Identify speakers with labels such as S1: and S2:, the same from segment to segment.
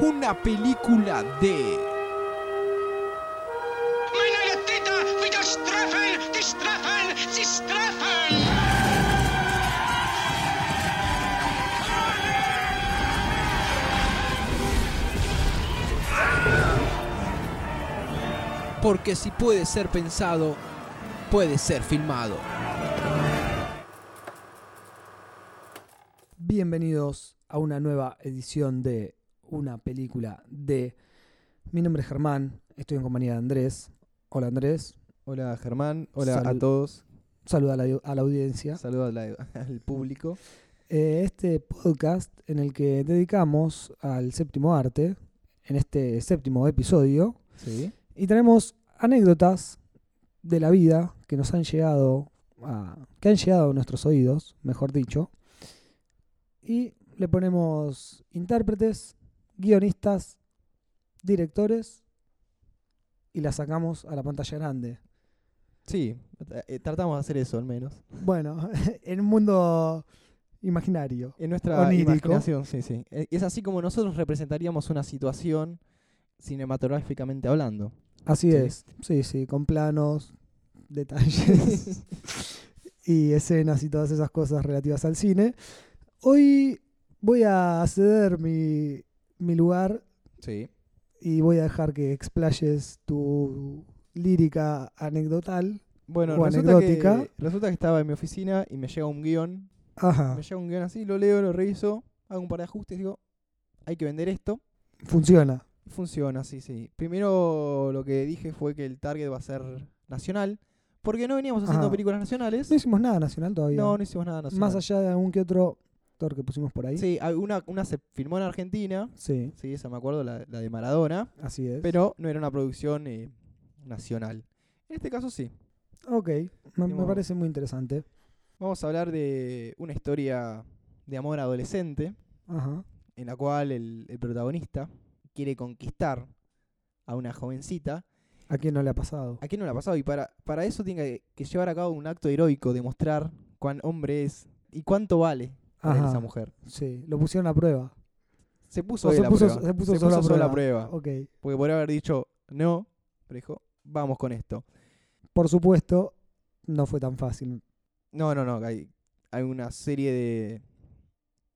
S1: Una película de
S2: Meine Täter wieder strafen, die strafen, sie strafen!
S1: Porque si puede ser pensado, puede ser filmado.
S3: Bienvenidos a una nueva edición de una película de... Mi nombre es Germán, estoy en compañía de Andrés. Hola Andrés,
S4: Hola Germán, hola
S3: Salud.
S4: a todos,
S3: saluda a la, a la audiencia.
S4: saludos al público.
S3: Eh, este podcast en el que dedicamos al séptimo arte, en este séptimo episodio,
S4: Sí.
S3: y tenemos anécdotas de la vida que nos han llegado a, que han llegado a nuestros oídos, mejor dicho, y le ponemos intérpretes, guionistas, directores y la sacamos a la pantalla grande.
S4: Sí, eh, tratamos de hacer eso al menos.
S3: Bueno, en un mundo imaginario.
S4: En nuestra
S3: Onírico.
S4: imaginación, sí, sí. Eh, Es así como nosotros representaríamos una situación cinematográficamente hablando.
S3: Así
S4: Sí.
S3: es, sí, sí, con planos, detalles y escenas y todas esas cosas relativas al cine. Hoy voy a ceder mi, mi lugar
S4: Sí.
S3: y voy a dejar que explayes tu lírica anecdotal.
S4: Bueno,
S3: O
S4: resulta que,
S3: anecdótica.
S4: resulta que estaba en mi oficina y me llega un guión.
S3: Ajá,
S4: Me llega un guión así, lo leo, lo reviso, hago un par de ajustes, digo, hay que vender esto.
S3: funciona.
S4: Funciona, sí, sí. Primero lo que dije fue que el target va a ser nacional, porque no veníamos haciendo
S3: Ajá.
S4: películas nacionales.
S3: No hicimos nada nacional todavía.
S4: No, no hicimos nada nacional.
S3: Más allá de algún que otro actor que pusimos por ahí.
S4: Sí, hay una, una se filmó en Argentina,
S3: Sí,
S4: sí, esa me acuerdo, la, la de Maradona,
S3: así es.
S4: pero no era una producción eh, nacional. En este caso sí.
S3: ok, me, me
S4: Hicimos-
S3: parece muy interesante.
S4: Vamos a hablar de una historia de amor adolescente,
S3: Ajá,
S4: en la cual el, el protagonista quiere conquistar a una jovencita.
S3: ¿a quién no le ha pasado?
S4: ¿A quién no le ha pasado? Y para, para eso tiene que, que llevar a cabo un acto heroico, demostrar cuán hombre es y cuánto vale para
S3: Ajá.
S4: esa mujer.
S3: Sí, lo pusieron a prueba.
S4: Se puso,
S3: O
S4: él
S3: se
S4: a
S3: puso-
S4: prueba.
S3: se puso solo a
S4: solo a
S3: prueba.
S4: prueba.
S3: Ok.
S4: Porque podría haber dicho no, pero dijo, vamos con esto.
S3: Por supuesto, no fue tan fácil.
S4: No, no, no, hay, hay una serie de,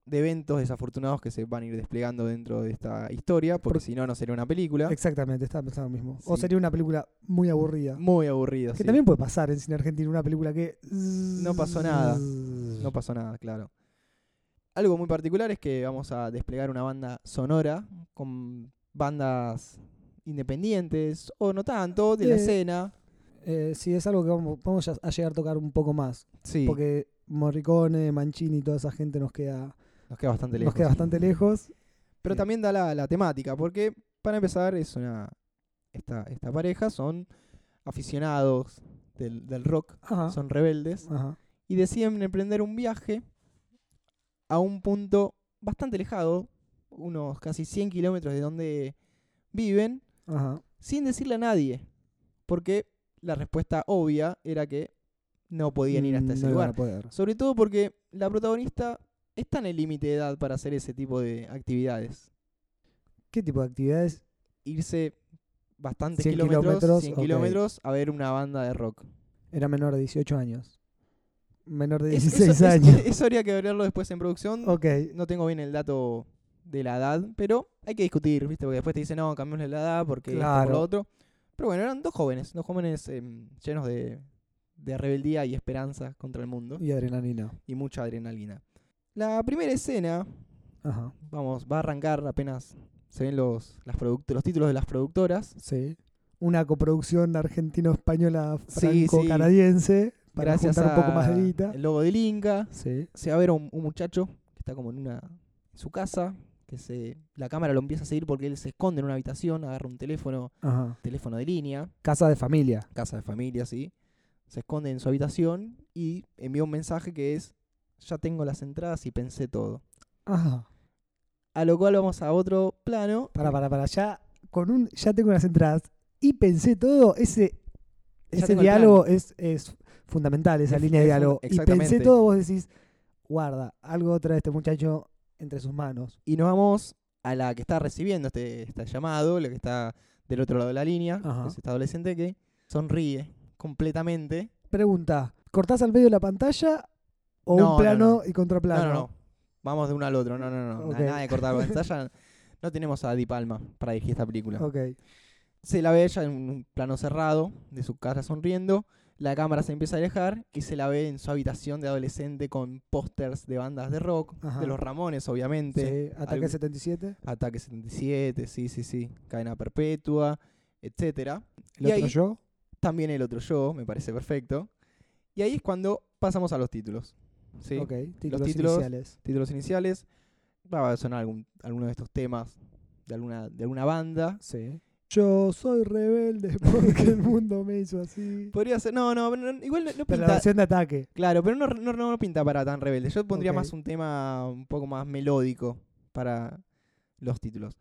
S4: de eventos desafortunados que se van a ir desplegando dentro de esta historia, porque
S3: Por-
S4: si no, no sería una película.
S3: Exactamente, estaba pensando lo mismo. O
S4: Sí.
S3: sería una película muy aburrida.
S4: Muy aburrida.
S3: que
S4: sí.
S3: también puede pasar en cine argentino, una película que... No
S4: pasó nada. No pasó nada, claro. Algo muy particular es que vamos a desplegar una banda sonora con bandas independientes, o no tanto, de la
S3: Eh,
S4: escena.
S3: sí, es algo que vamos, vamos a a llegar a tocar un poco más.
S4: Sí,
S3: Porque Morricone, Mancini y toda esa gente nos queda,
S4: nos queda bastante lejos.
S3: nos queda bastante lejos.
S4: Pero
S3: Sí.
S4: también da la, la temática, porque para empezar es una esta, esta pareja son aficionados del, del rock,
S3: Ajá.
S4: son rebeldes
S3: Ajá.
S4: y deciden emprender un viaje a un punto bastante alejado, unos casi 100 kilómetros de donde viven,
S3: Ajá.
S4: sin decirle a nadie, porque la respuesta obvia era que no podían ir hasta ese
S3: Mm, No iban
S4: lugar.
S3: a poder.
S4: Sobre todo porque la protagonista está en el límite de edad para hacer ese tipo de actividades
S3: ¿Qué tipo de actividades?
S4: irse bastantes
S3: 100
S4: kilómetros,
S3: kilómetros,
S4: 100
S3: ok.
S4: kilómetros a ver una banda de rock.
S3: Era menor de 18 años. Menor de
S4: Es-
S3: 16
S4: eso, es-
S3: años.
S4: eso habría que verlo después en producción.
S3: ok.
S4: No tengo bien el dato de la edad, pero hay que discutir, ¿viste? Porque después te dicen, no, cambiamos la edad porque esto por
S3: Claro.
S4: lo otro. Pero bueno, eran dos jóvenes, dos jóvenes em, llenos de, de rebeldía y esperanza contra el mundo
S3: Y adrenalina.
S4: y mucha adrenalina. La primera escena,
S3: Ajá.
S4: vamos, va a arrancar apenas se ven los, las product- los títulos de las productoras.
S3: Sí. Una coproducción argentino-española
S4: Sí, sí.
S3: franco-canadiense para
S4: gracias
S3: juntar un poco más
S4: a
S3: de guita.
S4: El logo del Inca.
S3: Sí.
S4: se va a ver a un, un muchacho que está como en una en su casa, que se la cámara lo empieza a seguir porque él se esconde en una habitación, agarra un teléfono,
S3: Ajá.
S4: teléfono de línea,
S3: Casa de familia.
S4: casa de familia, sí. Se esconde en su habitación y envía un mensaje que es ya tengo las entradas y pensé todo.
S3: Ajá.
S4: A lo cual vamos a otro plano.
S3: Para, para, para. Ya, con un, ya tengo las entradas y pensé todo. Ese,
S4: Ya
S3: ese
S4: tengo el
S3: diálogo es, es fundamental, esa
S4: Es-
S3: línea de
S4: es fun-
S3: diálogo. Y
S4: exactamente.
S3: pensé todo, vos decís, guarda, algo trae este muchacho entre sus manos.
S4: Y nos vamos a la que está recibiendo este, este llamado, la que está del otro lado de la línea,
S3: Ajá.
S4: que es esta adolescente que sonríe completamente.
S3: Pregunta, ¿cortás al medio de la pantalla o
S4: No, no,
S3: un plano
S4: no.
S3: y contraplano?
S4: No, no, no. Vamos de uno al otro. No, no, no.
S3: Ok.
S4: Na- Nada de cortar pantalla. No tenemos a Di Palma para dirigir esta película.
S3: Ok.
S4: Se la ve ella en un plano cerrado, de su cara sonriendo. La cámara se empieza a alejar y se la ve en su habitación de adolescente con pósters de bandas de rock,
S3: Ajá.
S4: de los Ramones,
S3: Sí,
S4: obviamente.
S3: ataque
S4: algún-
S3: 77.
S4: Ataque 77, sí, sí, sí. Cadena perpetua, etcétera.
S3: El
S4: Y
S3: otro
S4: ahí-
S3: yo.
S4: También el otro yo, me parece perfecto. Y ahí es cuando pasamos a los títulos. ¿sí?
S3: Ok, títulos,
S4: títulos-
S3: iniciales.
S4: Títulos iniciales. Va a sonar algún, alguno de estos temas de alguna, de alguna banda.
S3: Sí. Yo soy rebelde porque el mundo me hizo así.
S4: Podría ser. No, no, no, no, igual no, no
S3: Pero la
S4: pinta-
S3: versión de ataque.
S4: Claro, pero no, no, no pinta para tan rebelde. Yo pondría
S3: Ok.
S4: más un tema un poco más melódico para los títulos.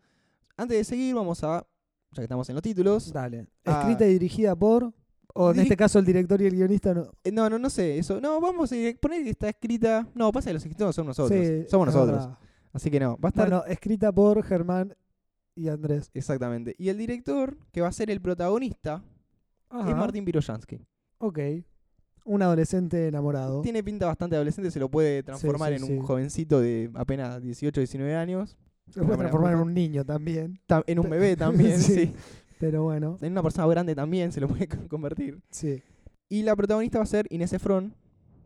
S4: Antes de seguir, vamos a. Ya que estamos en los títulos.
S3: Dale.
S4: Ah.
S3: Escrita y dirigida por. O en
S4: Diri-
S3: este caso el director y el guionista. No.
S4: Eh, no, no, no sé eso. No, vamos a poner que está escrita. No, pasa que los escritores son nosotros.
S3: Sí,
S4: Somos
S3: es
S4: nosotros.
S3: verdad.
S4: Así que no, va a estar.
S3: Bueno, escrita por Germán y Andrés.
S4: Exactamente. Y el director, que va a ser el protagonista,
S3: Ajá,
S4: es Martín Piroyansky.
S3: Ok. Un adolescente enamorado.
S4: Tiene pinta bastante adolescente, se lo puede transformar
S3: sí,
S4: en
S3: sí.
S4: un jovencito de apenas 18, 19 años.
S3: Se puede
S4: Una
S3: transformar en
S4: bruja.
S3: un niño también.
S4: Ta- En un bebé también,
S3: Sí.
S4: sí.
S3: Pero bueno,
S4: En una persona grande también se lo puede con- convertir.
S3: sí.
S4: Y la protagonista va a ser Inés Efron,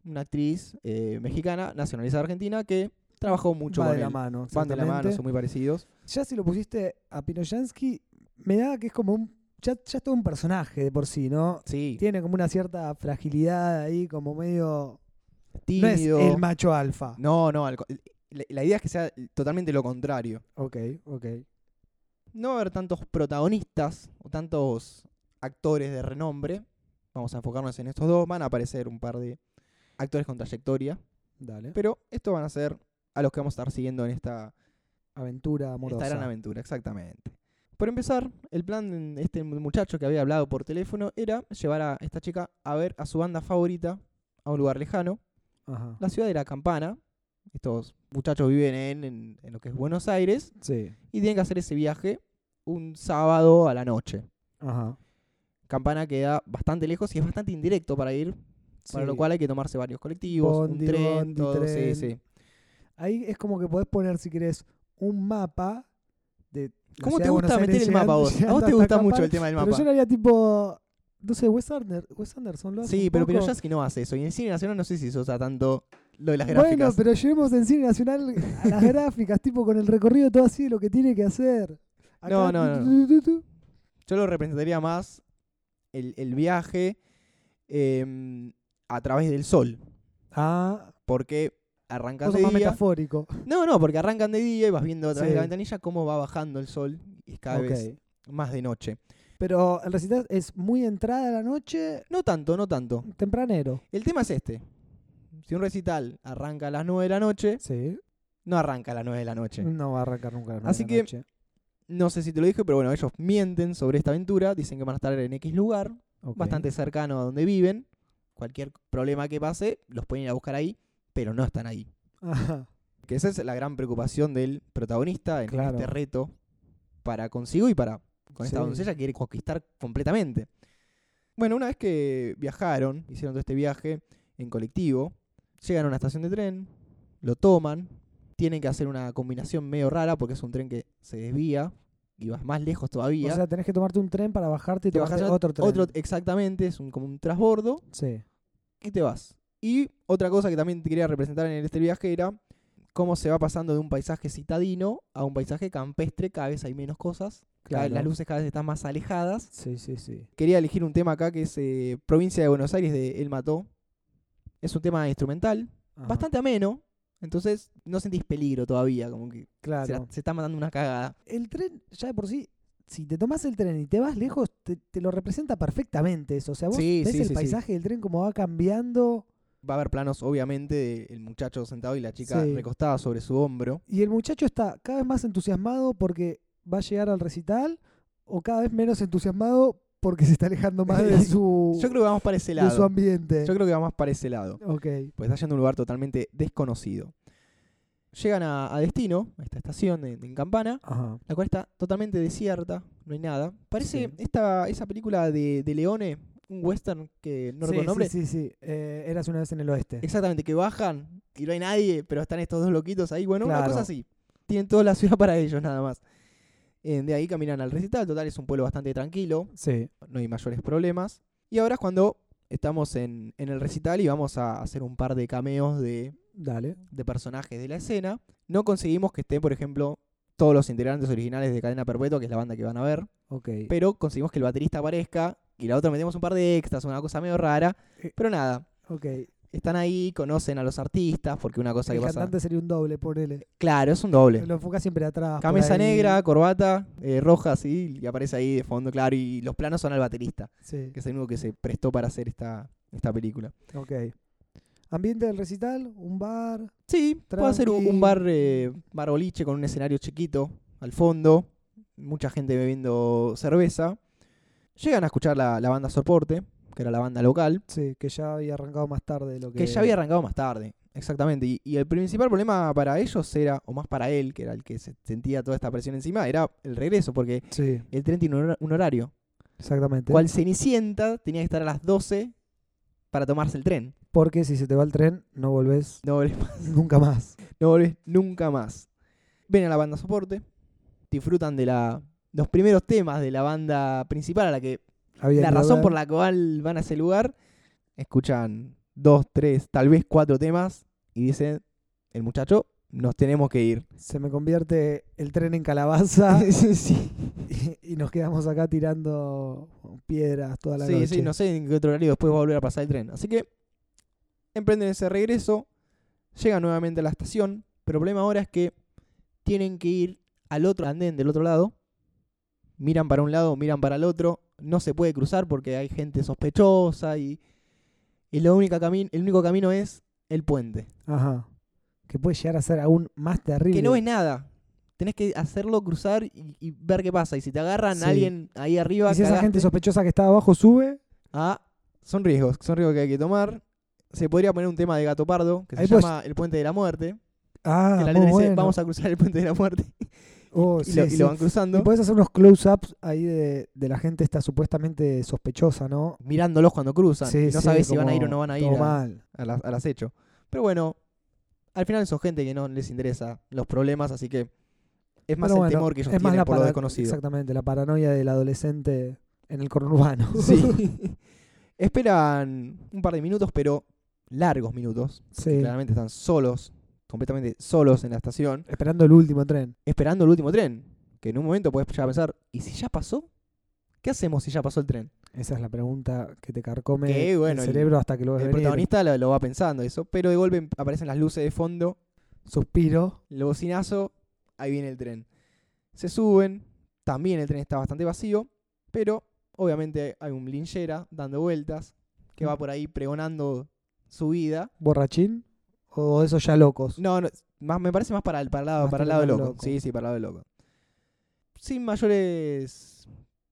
S4: una actriz eh, mexicana, nacionalizada argentina, que trabajó mucho
S3: Va
S4: con
S3: de la
S4: él.
S3: mano.
S4: Van de la mano,
S3: exactamente.
S4: son muy parecidos.
S3: Ya si lo pusiste a Pinoyansky, me da que es como un. Ya, ya es todo un personaje de por sí, ¿no?
S4: Sí,
S3: Tiene como una cierta fragilidad ahí, como medio.
S4: tímido.
S3: No es el macho alfa.
S4: No, no, al co- la, la idea es que sea totalmente lo contrario.
S3: Ok, ok.
S4: No va a haber tantos protagonistas o tantos actores de renombre. Vamos a enfocarnos en estos dos. Van a aparecer un par de actores con trayectoria.
S3: Dale.
S4: Pero estos van a ser a los que vamos a estar siguiendo en esta
S3: Aventura amorosa.
S4: Esta gran aventura, exactamente. Por empezar, el plan de este muchacho que había hablado por teléfono era llevar a esta chica a ver a su banda favorita a un lugar lejano.
S3: Ajá.
S4: La ciudad era Campana. Estos muchachos viven en, en- en lo que es Buenos Aires
S3: Sí.
S4: y tienen que hacer ese viaje un sábado a la noche.
S3: Ajá.
S4: Campana queda bastante lejos y es bastante indirecto para ir, para
S3: Sí.
S4: lo cual hay que tomarse varios colectivos,
S3: Bondi,
S4: un tren,
S3: bondi,
S4: todo.
S3: tren.
S4: Sí, sí.
S3: Ahí es como que podés poner, si querés, un mapa de. la
S4: ¿Cómo
S3: ciudad
S4: te
S3: de Buenos
S4: gusta
S3: Aires
S4: meter el
S3: llegando-
S4: mapa a vos? A
S3: llegando
S4: vos te
S3: hasta
S4: gusta mucho
S3: Campana,
S4: el tema del
S3: Pero
S4: mapa.
S3: yo lo haría tipo. No sé, Wes, Arner- Wes Anderson lo hace.
S4: Sí,
S3: un
S4: pero
S3: poco.
S4: Piroyaski no hace eso. Y en cine nacional no sé si eso usa tanto lo de las
S3: Bueno,
S4: gráficas.
S3: pero llevemos en cine nacional a las gráficas, tipo con el recorrido todo así de lo que tiene que hacer.
S4: No, no,
S3: tu, tu,
S4: no.
S3: tu, tu.
S4: Yo lo representaría más el, el viaje em, a través del sol.
S3: Ah,
S4: Porque arrancan
S3: algo
S4: de
S3: más
S4: día.
S3: metafórico.
S4: No, no, porque arrancan de día y vas viendo a través de
S3: Sí.
S4: la ventanilla cómo va bajando el sol y es cada vez
S3: Ok.
S4: más de noche.
S3: Pero el recital es muy entrada de la noche,
S4: No tanto, no tanto.
S3: tempranero.
S4: El tema es este. Si un recital arranca a las 9 de la noche,
S3: Sí.
S4: no arranca a las 9 de la noche.
S3: No va a arrancar nunca.
S4: Así que- No sé si te lo dije, pero bueno, ellos mienten sobre esta aventura. Dicen que van a estar en X lugar. bastante cercano a donde viven. Cualquier problema que pase, los pueden ir a buscar ahí, pero no están ahí.
S3: Ajá.
S4: Que esa es la gran preocupación del protagonista en
S3: Claro.
S4: este reto para consigo y para con esta
S3: Sí.
S4: doncella que quiere conquistar completamente. Bueno, una vez que viajaron, hicieron todo este viaje en colectivo, llegan a una estación de tren, lo toman, tienen que hacer una combinación medio rara porque es un tren que se desvía y vas más lejos
S3: O
S4: todavía.
S3: sea, tenés que tomarte un tren para bajarte y
S4: Te
S3: tomarte
S4: bajás a-
S3: otro tren.
S4: Otro, exactamente, es un, como un trasbordo
S3: Sí.
S4: y te vas. Y otra cosa que también te quería representar en este viaje era cómo se va pasando de un paisaje citadino a un paisaje campestre, cada vez hay menos cosas, cada-
S3: Claro.
S4: las luces cada vez están más alejadas.
S3: Sí, sí, sí.
S4: Quería elegir un tema acá que es eh, Provincia de Buenos Aires de El Mató. Es un tema instrumental,
S3: Ajá.
S4: bastante ameno, entonces no sentís peligro todavía, como que se, la-
S3: Claro.
S4: se está mandando una cagada.
S3: El tren, ya de por sí, si te tomás el tren y te vas lejos, te, te lo representa perfectamente eso. O sea, vos
S4: Sí,
S3: ves
S4: sí,
S3: el
S4: sí, sí.
S3: paisaje del tren como va cambiando.
S4: Va a haber planos, obviamente, del muchacho sentado y la chica
S3: Sí.
S4: recostada sobre su hombro.
S3: Y el muchacho está cada vez más entusiasmado porque va a llegar al recital o cada vez menos entusiasmado porque se está alejando más de su,
S4: Yo creo que vamos para ese
S3: de su
S4: lado.
S3: ambiente.
S4: Yo creo que vamos para ese lado.
S3: Ok.
S4: Pues está yendo a un lugar totalmente desconocido. Llegan a, a destino, a esta estación de- en Campana,
S3: Ajá.
S4: la cual está totalmente desierta, no hay nada. Parece
S3: Sí.
S4: esta, esa película de, de Leone, un western que no
S3: sí,
S4: recuerdo el nombre.
S3: sí, sí, sí. Eh, eras una vez en el oeste.
S4: Exactamente, que bajan y no hay nadie, pero están estos dos loquitos ahí. Bueno, una
S3: Claro.
S4: cosa así. Tienen toda la ciudad para ellos nada más. Eh, de ahí caminan al recital. Total, es un pueblo bastante tranquilo,
S3: Sí.
S4: no hay mayores problemas. Y ahora es cuando estamos en, en el recital y vamos a hacer un par de cameos de,
S3: Dale.
S4: de personajes de la escena. No conseguimos que estén, por ejemplo, todos los integrantes originales de Cadena Perpetua, que es la banda que van a ver,
S3: Ok.
S4: pero conseguimos que el baterista aparezca y la otra metemos un par de extras, una cosa medio rara,
S3: Eh.
S4: pero nada.
S3: ok.
S4: Están ahí, conocen a los artistas, porque una cosa
S3: El
S4: que pasa.
S3: cantante sería un doble, ponele.
S4: Claro, es un doble.
S3: Lo enfocás siempre atrás. por
S4: Camisa
S3: ahí.
S4: negra, corbata, eh, roja, así, y aparece ahí de fondo, claro, y los planos son al baterista,
S3: Sí.
S4: que es el único que se prestó para hacer esta, esta película.
S3: Ok. Ambiente del recital, un bar.
S4: Sí, puede ser un,
S3: Tranqui.
S4: un bar, eh, bar boliche con un escenario chiquito al fondo, mucha gente bebiendo cerveza. Llegan a escuchar la, la banda soporte, que era la banda local,
S3: Sí, que ya había arrancado más tarde de lo que.
S4: que ya había arrancado más tarde, exactamente. Y, y el principal problema para ellos era, o más para él, que era el que se sentía toda esta presión encima, era el regreso, porque
S3: Sí,
S4: el tren tiene un hora- un horario.
S3: exactamente.
S4: cual Cenicienta tenía que estar a las 12 para tomarse el tren.
S3: Porque si se te va el tren, no volvés
S4: No volvés, más-
S3: nunca más.
S4: no volvés nunca más. Ven a la banda soporte, disfrutan de la, los primeros temas de la banda principal, a la que
S3: Había
S4: la
S3: ido a
S4: razón
S3: ver.
S4: por la cual van a ese lugar, escuchan dos, tres, tal vez cuatro temas y dicen, el muchacho, nos tenemos que ir.
S3: Se me convierte el tren en calabaza
S4: sí, sí.
S3: y, y nos quedamos acá tirando piedras toda la
S4: sí,
S3: noche.
S4: sí, no sé en qué otro horario después va a volver a pasar el tren. Así que emprenden ese regreso, llegan nuevamente a la estación, pero el problema ahora es que tienen que ir al otro andén del otro lado, miran para un lado, miran para el otro, no se puede cruzar porque hay gente sospechosa y, y la única cami- el único camino es el puente,
S3: Ajá. Que puede llegar a ser aún más terrible.
S4: que no es nada. Tenés que hacerlo cruzar y, y ver qué pasa. Y si te agarran
S3: Sí.
S4: a alguien ahí arriba,
S3: Y si esa
S4: cagaste.
S3: gente sospechosa que está abajo sube,
S4: Ah, son riesgos, son riesgos que hay que tomar. Se podría poner un tema de Gato Pardo, que
S3: Ahí
S4: se
S3: pues-
S4: llama El Puente de la Muerte.
S3: ah,
S4: que la
S3: muy
S4: letra dice,
S3: bueno.
S4: vamos a cruzar el Puente de la Muerte.
S3: Oh,
S4: y,
S3: sí,
S4: lo, y
S3: sí.
S4: lo van
S3: Y
S4: cruzando,
S3: podés hacer unos close-ups ahí de, de la gente esta supuestamente sospechosa, ¿no?
S4: mirándolos cuando cruzan.
S3: Sí,
S4: y no
S3: sí,
S4: sabes si van a
S3: como
S4: ir o no van a ir
S3: todo
S4: a-
S3: mal.
S4: a la- al acecho. Pero bueno, al final son gente que no les interesa los problemas, así que es más
S3: Pero
S4: el
S3: bueno,
S4: temor que ellos
S3: es más
S4: tienen
S3: la
S4: por lo
S3: para-
S4: desconocido.
S3: Exactamente, la paranoia del adolescente en el conurbano.
S4: Sí. Esperan un par de minutos, pero largos minutos.
S3: Sí,
S4: Claramente están solos, completamente solos en la estación.
S3: Esperando el último tren.
S4: esperando el último tren. Que en un momento puedes llegar a pensar, ¿y si ya pasó? ¿Qué hacemos si ya pasó el tren?
S3: Esa es la pregunta que te carcome
S4: Que, bueno,
S3: el
S4: el-
S3: cerebro hasta que lo ves
S4: el
S3: venir.
S4: protagonista lo, lo va pensando eso, pero de golpe aparecen las luces de fondo,
S3: Suspiro.
S4: el bocinazo, ahí viene el tren. Se suben, también el tren está bastante vacío, pero obviamente hay un linchera dando vueltas que
S3: Mm.
S4: va por ahí pregonando su vida.
S3: ¿Borrachín? ¿O de esos ya locos?
S4: No, no, más, me parece más para el, para el lado,
S3: Más
S4: para el
S3: tirando
S4: lado
S3: al
S4: loco.
S3: loco.
S4: Sí, sí, para el lado loco. Sin mayores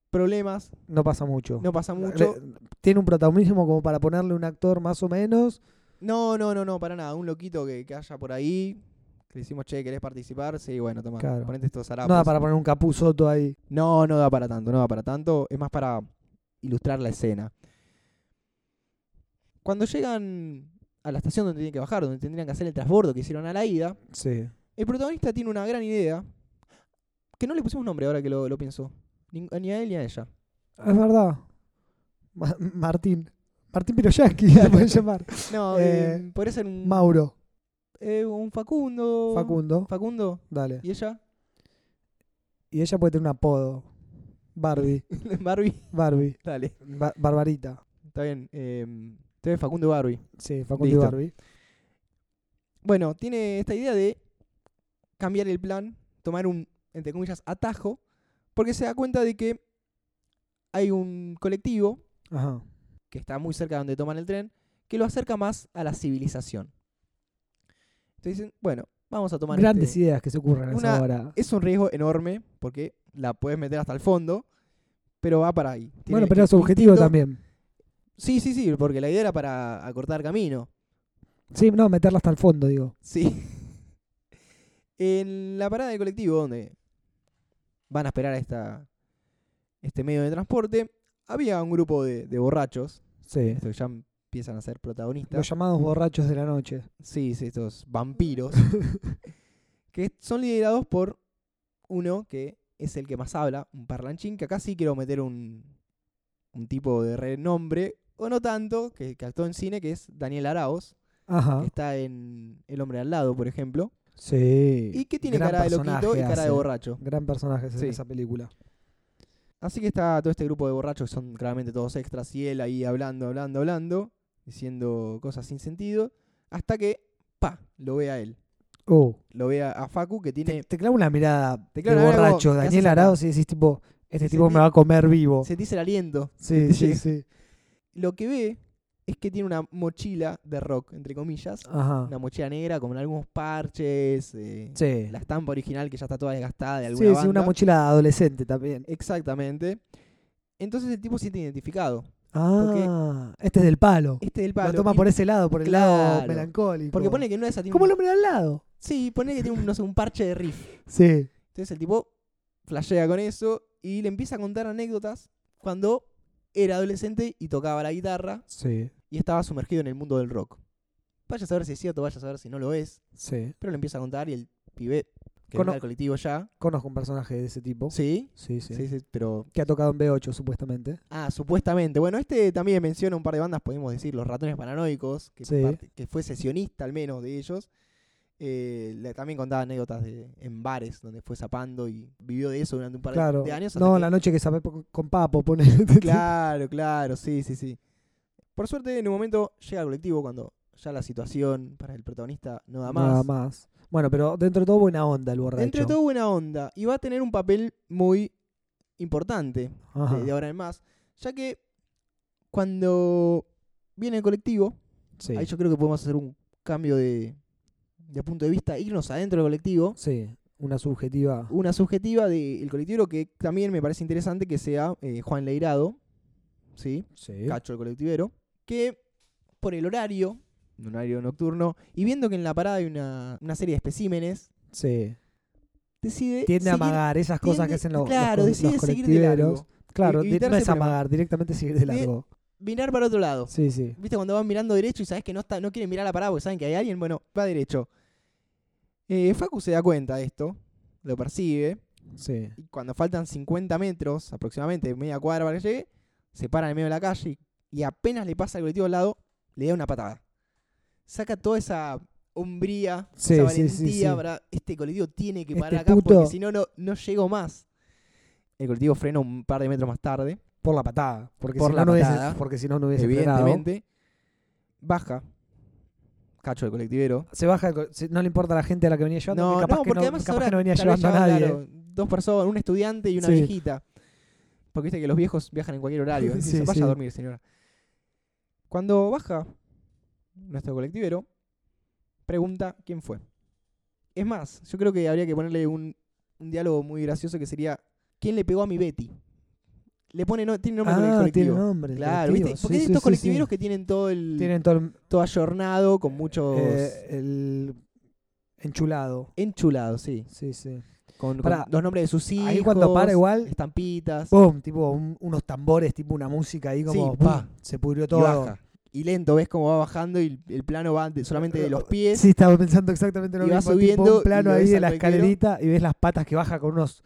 S4: problemas,
S3: No pasa mucho.
S4: no pasa mucho.
S3: Le- Tiene un protagonismo como para ponerle un actor más o menos.
S4: No, no, no, no, para nada. Un loquito que, que haya por ahí. Que le decimos, che, ¿querés participar? Sí, bueno, toma,
S3: Claro.
S4: ponete estos harapos.
S3: Nada para poner un capuzoto ahí.
S4: No, no da para tanto, no da para tanto. Es más para ilustrar la escena. Cuando llegan a la estación donde tienen que bajar, donde tendrían que hacer el transbordo que hicieron a la ida,
S3: Sí.
S4: el protagonista tiene una gran idea. Que no le pusimos nombre ahora que lo, lo pienso. Ni, ni a él ni a ella.
S3: Es verdad. Ma- Martín. Martín Piroyaki, le pueden llamar.
S4: No,
S3: Eh,
S4: eh, podría ser un,
S3: Mauro.
S4: eh, un Facundo.
S3: Facundo.
S4: Facundo.
S3: Dale.
S4: ¿Y ella?
S3: Y ella puede tener un apodo. Barbie.
S4: Barbie.
S3: Barbie.
S4: Dale.
S3: Ba- Barbarita.
S4: Está bien. Eh, te ve Facundo Barbie.
S3: Sí, Facundo y
S4: Listo.
S3: Barbie.
S4: Bueno, tiene esta idea de cambiar el plan, tomar un, entre comillas, atajo, porque se da cuenta de que hay un colectivo
S3: Ajá.
S4: que está muy cerca de donde toman el tren, que lo acerca más a la civilización. Entonces dicen, bueno, vamos a tomar
S3: Grandes
S4: este-
S3: ideas que se ocurren a esa
S4: Una-
S3: hora.
S4: Es un riesgo enorme, porque la puedes meter hasta el fondo, pero va para ahí. Tiene
S3: Bueno,
S4: el-
S3: pero
S4: el
S3: era su objetivo
S4: instinto-
S3: también.
S4: Sí, sí, sí, porque la idea era para acortar camino.
S3: Sí, no, meterla hasta el fondo, digo.
S4: Sí. En la parada del colectivo, donde van a esperar a esta, este medio de transporte, había un grupo de, de borrachos,
S3: Sí.
S4: estos que ya empiezan a ser protagonistas.
S3: Los llamados borrachos de la noche.
S4: Sí, sí, estos vampiros. que son liderados por uno que es el que más habla, un parlanchín, que acá sí quiero meter un, un tipo de renombre, o no tanto, que, que actuó en cine, que es Daniel Araos,
S3: Ajá.
S4: que está en El hombre al lado, por ejemplo,
S3: Sí.
S4: y que tiene
S3: Gran
S4: cara de loquito y
S3: personaje
S4: cara de
S3: hace.
S4: borracho.
S3: Gran personaje ese-
S4: Sí.
S3: esa película.
S4: Así que está todo este grupo de borrachos que son claramente todos extras y él ahí hablando, hablando, hablando, diciendo cosas sin sentido, hasta que, pa, lo ve a él.
S3: Oh.
S4: Lo ve a, a Facu que tiene...
S3: Te, te clava una mirada
S4: Te clava
S3: de
S4: una mirada
S3: borracho.
S4: como, ¿qué
S3: Daniel
S4: haces acá?
S3: Arauz y decís tipo, este
S4: Sí,
S3: tipo
S4: sentí-
S3: me va a comer vivo.
S4: Sentís el aliento.
S3: Sí, sí,
S4: sí.
S3: sí.
S4: Lo que ve es que tiene una mochila de rock, entre comillas.
S3: Ajá.
S4: Una mochila negra con algunos parches, eh,
S3: Sí.
S4: la estampa original que ya está toda desgastada de
S3: Sí,
S4: alguna
S3: sí, una
S4: banda.
S3: mochila adolescente también.
S4: Exactamente. Entonces el tipo se siente identificado.
S3: Ah, este es del palo.
S4: Este es el
S3: Lo
S4: palo.
S3: toma
S4: Y-
S3: por ese lado, por el lado
S4: Claro.
S3: melancólico.
S4: Porque pone que no es así.
S3: Como el hombre de al lado.
S4: Sí, pone que tiene un, no sé, un parche de riff.
S3: Sí.
S4: Entonces el tipo flashea con eso y le empieza a contar anécdotas cuando era adolescente y tocaba la guitarra
S3: Sí.
S4: y estaba sumergido en el mundo del rock. Vaya a saber si es cierto, vaya a saber si no lo es.
S3: Sí.
S4: Pero le empieza a contar y el pibe que
S3: Cono-
S4: venga al colectivo ya.
S3: Conozco un personaje de ese tipo.
S4: Sí,
S3: Sí, sí.
S4: sí, sí, pero.
S3: Que ha tocado en B8, supuestamente.
S4: Ah, supuestamente. Bueno, este también menciona un par de bandas, podemos decir, los ratones paranoicos, que,
S3: Sí.
S4: parte- que fue sesionista al menos de ellos. Eh, le- también contaba anécdotas de, en bares donde fue zapando y vivió de eso durante un par de-
S3: Claro.
S4: de años. hasta
S3: No,
S4: que-
S3: la noche que sabe po- con Papo pone.
S4: Claro, claro, sí, sí, sí. Por suerte, en un momento llega al colectivo cuando ya la situación para el protagonista no da más.
S3: Nada más. Bueno, pero dentro de todo buena onda el borracho.
S4: Entre todo buena onda. Y va a tener un papel muy importante
S3: Ajá.
S4: de, de ahora en más. Ya que cuando viene el colectivo,
S3: Sí.
S4: ahí yo creo que podemos hacer un cambio de, de punto de vista, irnos adentro del colectivo.
S3: Sí, una subjetiva.
S4: Una subjetiva del colectivo que también me parece interesante que sea eh, Juan Leirado, ¿sí?
S3: Sí.
S4: Cacho el colectivero, que por el horario, un horario nocturno, y viendo que en la parada hay una, una serie de especímenes,
S3: Sí.
S4: decide...
S3: Tiende a
S4: seguir-
S3: amagar esas cosas que
S4: tiende-
S3: hacen los, los
S4: claro,
S3: co- los,
S4: decide seguir de
S3: colectiveros.
S4: largo.
S3: Claro,
S4: E-
S3: di-
S4: evitar
S3: no
S4: ese
S3: es
S4: problema.
S3: amagar, directamente seguir de
S4: Di-
S3: largo.
S4: Mirar para otro lado.
S3: Sí, sí.
S4: ¿Viste? Cuando van mirando derecho y sabes que no, está, no quieren mirar la parada porque saben que hay alguien, bueno, va derecho. Eh, Facu se da cuenta de esto, lo persigue,
S3: Sí.
S4: y cuando faltan 50 metros aproximadamente, media cuadra para que llegue, se para en el medio de la calle y, y apenas le pasa al colectivo al lado, le da una patada. Saca toda esa hombría,
S3: Sí,
S4: esa
S3: sí, sí,
S4: valentía
S3: sí.
S4: para este colectivo tiene que
S3: Este
S4: parar acá
S3: puto.
S4: porque si no, no, no llego más. El colectivo frena un par de metros más tarde,
S3: Por la patada. Porque
S4: Por
S3: si
S4: la
S3: no, no hubiese-
S4: patada,
S3: porque si no, no hubiese frenado.
S4: evidentemente. Baja. Cacho el colectivero.
S3: Se baja, el co- se- no le importa a la gente a la que venía llevando.
S4: No,
S3: que capaz
S4: no,
S3: que
S4: porque
S3: no,
S4: además
S3: capaz
S4: ahora
S3: que no venía
S4: tal vez
S3: llevando a
S4: ya,
S3: nadie.
S4: claro, dos personas, un estudiante y una
S3: Sí.
S4: viejita. Porque viste que los viejos viajan en cualquier horario.
S3: Sí,
S4: se vaya
S3: sí.
S4: a dormir, señora. Cuando baja nuestro colectivero, pregunta quién fue. Es más, yo creo que habría que ponerle un, un diálogo muy gracioso que sería ¿Quién le pegó a mi Betty? Le pone no, tiene nombre con el
S3: ah, tiene
S4: colectivo.
S3: nombre. el
S4: Claro,
S3: colectivo.
S4: ¿viste?
S3: Sí,
S4: Porque hay
S3: sí,
S4: estos
S3: sí,
S4: colectiveros
S3: sí.
S4: que tienen todo el
S3: tienen todo el,
S4: todo ayornado con muchos
S3: eh, el enchulado.
S4: enchulados, sí.
S3: Sí, sí.
S4: Con, con
S3: Pará.
S4: los nombres de sus hijos.
S3: Ahí cuando para igual,
S4: Estampitas.
S3: ¡pum! Tipo un- unos tambores, tipo una música ahí como
S4: Sí,
S3: ¡pum!
S4: pa.
S3: se pudrió
S4: y
S3: todo.
S4: baja. Y lento, ves cómo va bajando y el, el plano va de- solamente de
S3: Eh,
S4: los pies.
S3: Sí, estaba pensando exactamente lo
S4: Y va
S3: mismo. tipo
S4: subiendo
S3: un
S4: y
S3: plano
S4: lo
S3: ahí
S4: ves
S3: de
S4: al
S3: la
S4: arquero.
S3: escalerita y ves las patas que baja con unos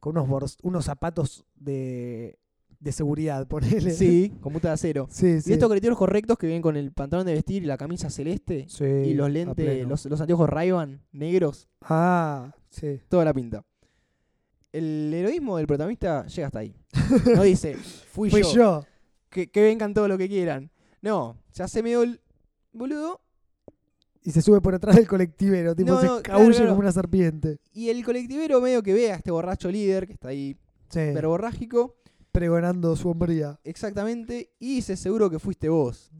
S3: con unos bors- unos zapatos de, de seguridad, ponele.
S4: Sí, con muta de acero.
S3: sí, sí.
S4: Y estos colectivos correctos que vienen con el pantalón de vestir y la camisa celeste
S3: Sí,
S4: y los
S3: a
S4: lentes,
S3: pleno.
S4: los, los anteojos ray negros,
S3: Ah, sí.
S4: toda la pinta. El heroísmo del protagonista llega hasta ahí. No dice, fui,
S3: Fui
S4: yo.
S3: yo.
S4: que, que vengan todo lo que quieran. No, se hace medio el boludo
S3: Y se sube por atrás del colectivero, tipo
S4: No,
S3: se
S4: no,
S3: escabulle
S4: claro, claro.
S3: como una serpiente.
S4: y el colectivero medio que ve a este borracho líder que está ahí
S3: Sí,
S4: verborrágico,
S3: pregonando su hombría.
S4: exactamente, y dice seguro que fuiste vos.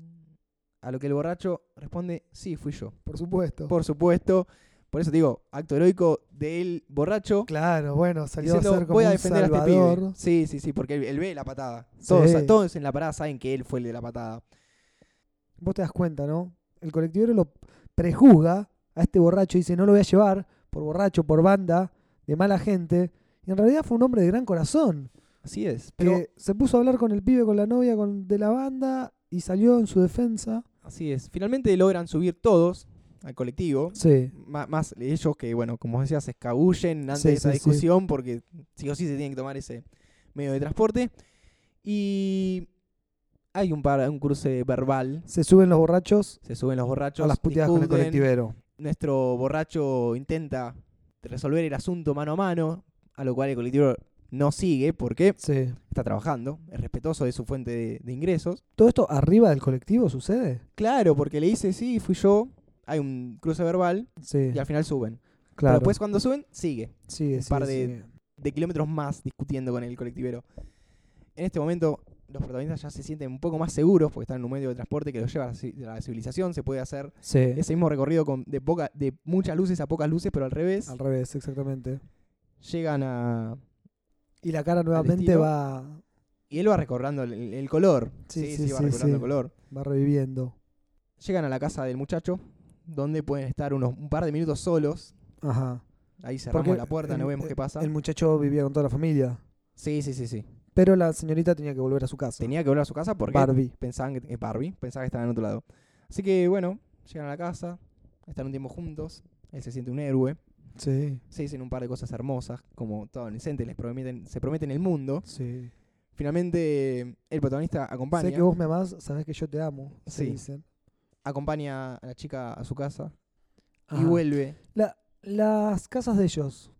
S4: A lo que el borracho responde, sí, fui yo.
S3: Por supuesto.
S4: Por supuesto, Por eso te digo, acto heroico del borracho.
S3: Claro, bueno, salió
S4: diciendo,
S3: a ser como
S4: voy a
S3: un
S4: defender a
S3: salvador.
S4: este pibe. Sí, sí, sí, porque él, él ve la patada. Todos,
S3: Sí.
S4: todos en la parada saben que él fue el de la patada.
S3: Vos te das cuenta, ¿no? El colectivero lo prejuzga a este borracho y dice, no lo voy a llevar por borracho, por banda, de mala gente. Y en realidad fue un hombre de gran corazón,
S4: Así es.
S3: que
S4: Pero
S3: se puso a hablar con el pibe, con la novia con, de la banda y salió en su defensa.
S4: así es. Finalmente logran subir todos al colectivo.
S3: Sí,
S4: Ma- más ellos que, bueno, como decía, se escabullen antes
S3: Sí,
S4: de esa
S3: sí, sí.
S4: discusión porque sí o sí se tienen que tomar ese medio de transporte. Y hay un, par- un cruce verbal.
S3: se suben los borrachos
S4: Se suben los borrachos.
S3: a las puteadas con el
S4: discuten.
S3: colectivero.
S4: Nuestro borracho intenta resolver el asunto mano a mano, a lo cual el colectivo no sigue porque
S3: Sí.
S4: está trabajando, es respetuoso de su fuente de, de ingresos.
S3: ¿Todo esto arriba del colectivo sucede?
S4: Claro, porque le dice, sí, fui yo, hay un cruce verbal
S3: Sí,
S4: y al final suben. Pero
S3: claro.
S4: después cuando suben, sigue.
S3: Sigue,
S4: un par
S3: sigue,
S4: de-
S3: sigue.
S4: de kilómetros más discutiendo con el colectivero. En este momento, los protagonistas ya se sienten un poco más seguros porque están en un medio de transporte que los lleva a la ci- a la civilización. Se puede hacer
S3: Sí,
S4: ese mismo recorrido con, de, poca, de muchas luces a pocas luces, pero al revés.
S3: al revés, exactamente.
S4: Llegan a.
S3: Y la cara nuevamente
S4: destino.
S3: va,
S4: Y él va recorriendo el, el color.
S3: Sí,
S4: Sí,
S3: sí,
S4: sí, va
S3: sí,
S4: recorriendo
S3: sí.
S4: el color.
S3: va reviviendo.
S4: Llegan a la casa del muchacho, donde pueden estar unos, un par de minutos solos.
S3: Ajá.
S4: Ahí cerramos
S3: Porque
S4: la puerta,
S3: el-
S4: no vemos
S3: el-
S4: qué pasa.
S3: El muchacho vivía con toda la familia.
S4: Sí, sí, sí, sí.
S3: Pero la señorita tenía que volver a su casa.
S4: Tenía que volver a su casa porque
S3: Barbie.
S4: pensaban que eh, Barbie, pensaban que estaban en otro lado. Así que bueno, llegan a la casa, están un tiempo juntos, él se siente un héroe,
S3: Sí,
S4: se dicen un par de cosas hermosas, como todo adolescente, les prometen, se prometen el mundo.
S3: sí.
S4: Finalmente, el protagonista acompaña,
S3: Sé que vos me amás, sabés que yo te amo. se
S4: Sí.
S3: dicen.
S4: acompaña a la chica a su casa y
S3: Ajá.
S4: vuelve.
S3: Las casas de ellos.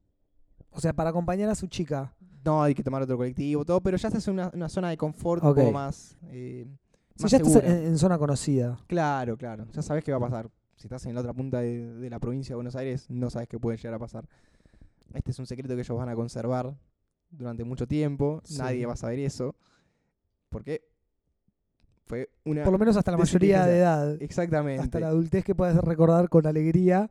S3: O sea, para acompañar a su chica.
S4: No, hay que tomar otro colectivo, todo, pero ya estás en una, una zona de confort
S3: Ok.
S4: un poco más, eh,
S3: Si
S4: más
S3: ya estás
S4: segura.
S3: en, en zona conocida.
S4: Claro, claro, ya sabes qué va a pasar. Si estás en la otra punta de, de la provincia de Buenos Aires, no sabes qué puede llegar a pasar. Este es un secreto que ellos van a conservar durante mucho tiempo.
S3: Sí.
S4: Nadie va a saber eso. Porque fue una...
S3: Por lo menos hasta la mayoría de edad.
S4: Exactamente.
S3: Hasta la adultez que puedes recordar con alegría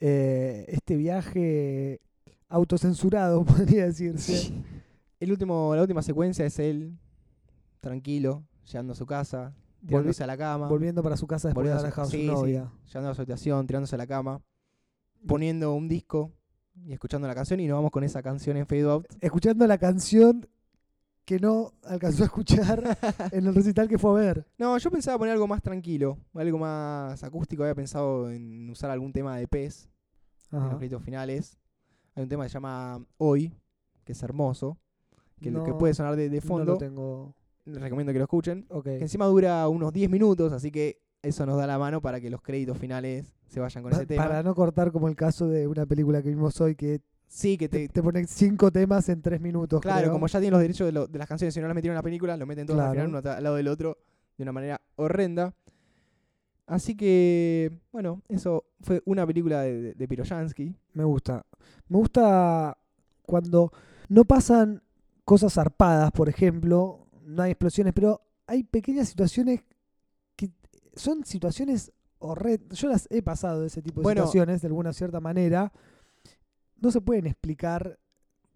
S3: eh, este viaje autocensurado, podría decirse.
S4: El último, la última secuencia es él, tranquilo, llegando a su casa,
S3: Volvi-
S4: tirándose a la cama,
S3: volviendo para su casa después de
S4: Volviendo
S3: haber
S4: a
S3: dejado a
S4: su-
S3: su
S4: sí, sí.
S3: novia.
S4: llegando a su habitación, tirándose a la cama, poniendo un disco y escuchando la canción y nos vamos con esa canción en fade out.
S3: Escuchando la canción que no alcanzó a escuchar en el recital que fue a ver.
S4: No, yo pensaba poner algo más tranquilo, algo más acústico. Había pensado en usar algún tema de pez en los
S3: Ajá.
S4: créditos finales. Hay un tema que se llama Hoy, que es hermoso, que,
S3: No,
S4: que puede sonar de, de
S3: No
S4: fondo.
S3: lo tengo.
S4: Les recomiendo que lo escuchen.
S3: Ok.
S4: Que encima dura unos 10 minutos, así que eso nos da la mano para que los créditos finales se vayan con
S3: Pa-
S4: ese tema.
S3: Para no cortar como el caso de una película que vimos hoy que
S4: Sí, que te.
S3: te, te pone cinco temas en tres minutos.
S4: claro,
S3: creo.
S4: como ya tienen los derechos de, lo- de las canciones, si no las metieron en la película, lo meten todos al
S3: Claro.
S4: final uno ata- al lado del otro de una manera horrenda. Así que, bueno, eso fue una película de, de, de Piroyansky.
S3: Me gusta. Me gusta cuando no pasan cosas zarpadas, por ejemplo, no hay explosiones, pero hay pequeñas situaciones que son situaciones horrendas. Yo las he pasado de ese tipo de
S4: Bueno.
S3: situaciones, de alguna cierta manera. No se pueden explicar,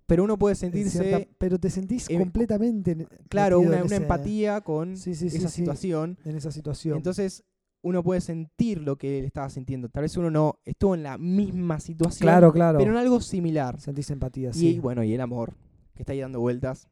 S4: Pero uno puede
S3: en cierta-
S4: sentirse,
S3: pero te sentís
S4: eh,
S3: completamente. en-
S4: claro,
S3: metido
S4: una,
S3: en
S4: una
S3: ese-
S4: empatía con
S3: Sí, sí, sí,
S4: esa
S3: sí,
S4: situación.
S3: En esa situación.
S4: Entonces, uno puede sentir lo que él estaba sintiendo. Tal vez uno no estuvo en la misma situación,
S3: claro, claro.
S4: pero en algo similar.
S3: Sentís empatía,
S4: Y,
S3: sí.
S4: bueno, y el amor, que está ahí dando vueltas.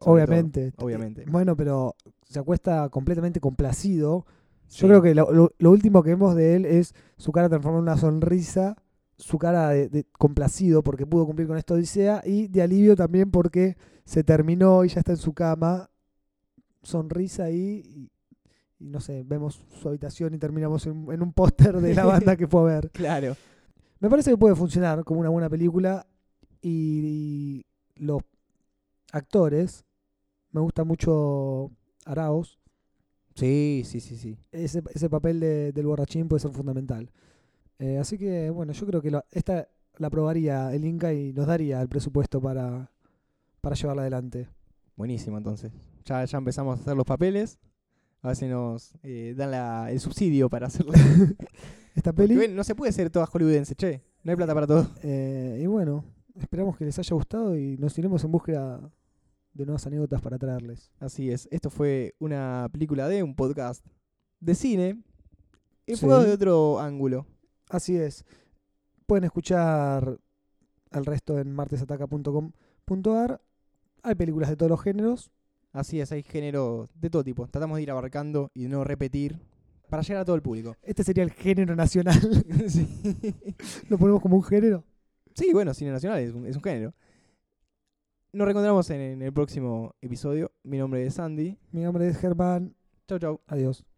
S4: sobre
S3: obviamente.
S4: todo, obviamente.
S3: Bueno, pero se acuesta completamente complacido.
S4: Sí.
S3: Yo creo que lo, lo- lo último que vemos de él es su cara transformada en una sonrisa, su cara de, de complacido porque pudo cumplir con esta odisea y de alivio también porque se terminó y ya está en su cama, sonrisa ahí y, y no sé, vemos su habitación y terminamos en, en un póster de la banda que fue a ver.
S4: Claro.
S3: Me parece que puede funcionar como una buena película y, los actores, me gusta mucho Araos,
S4: Sí, sí, sí, sí.
S3: ese, ese papel de- del borrachín puede ser fundamental. Eh, así que bueno, yo creo que lo- esta la probaría el Inca y nos daría el presupuesto para, para llevarla adelante.
S4: Buenísimo, entonces. Ya, ya empezamos a hacer los papeles. A ver si nos eh, dan la- el subsidio para hacerlo.
S3: esta
S4: Porque,
S3: peli.
S4: ven, no se puede ser toda hollywoodense, che. No hay plata para todo.
S3: Eh, y bueno, esperamos que les haya gustado y nos iremos en búsqueda de nuevas anécdotas para traerles.
S4: Así es. Esto fue una película de un podcast de cine.
S3: Sí.
S4: Enfocado de otro ángulo.
S3: Así es. Pueden escuchar al resto en martesataca.com.ar. Hay películas de todos los géneros.
S4: Así es, hay géneros de todo tipo. Tratamos de ir abarcando y no repetir para llegar a todo el público.
S3: Este sería el género nacional.
S4: sí.
S3: Lo ponemos como un género.
S4: Sí, bueno, cine nacional es un, es un género. Nos reencontramos en, en el próximo episodio. Mi nombre es Sandy.
S3: Mi nombre es Germán.
S4: Chau, chau.
S3: Adiós.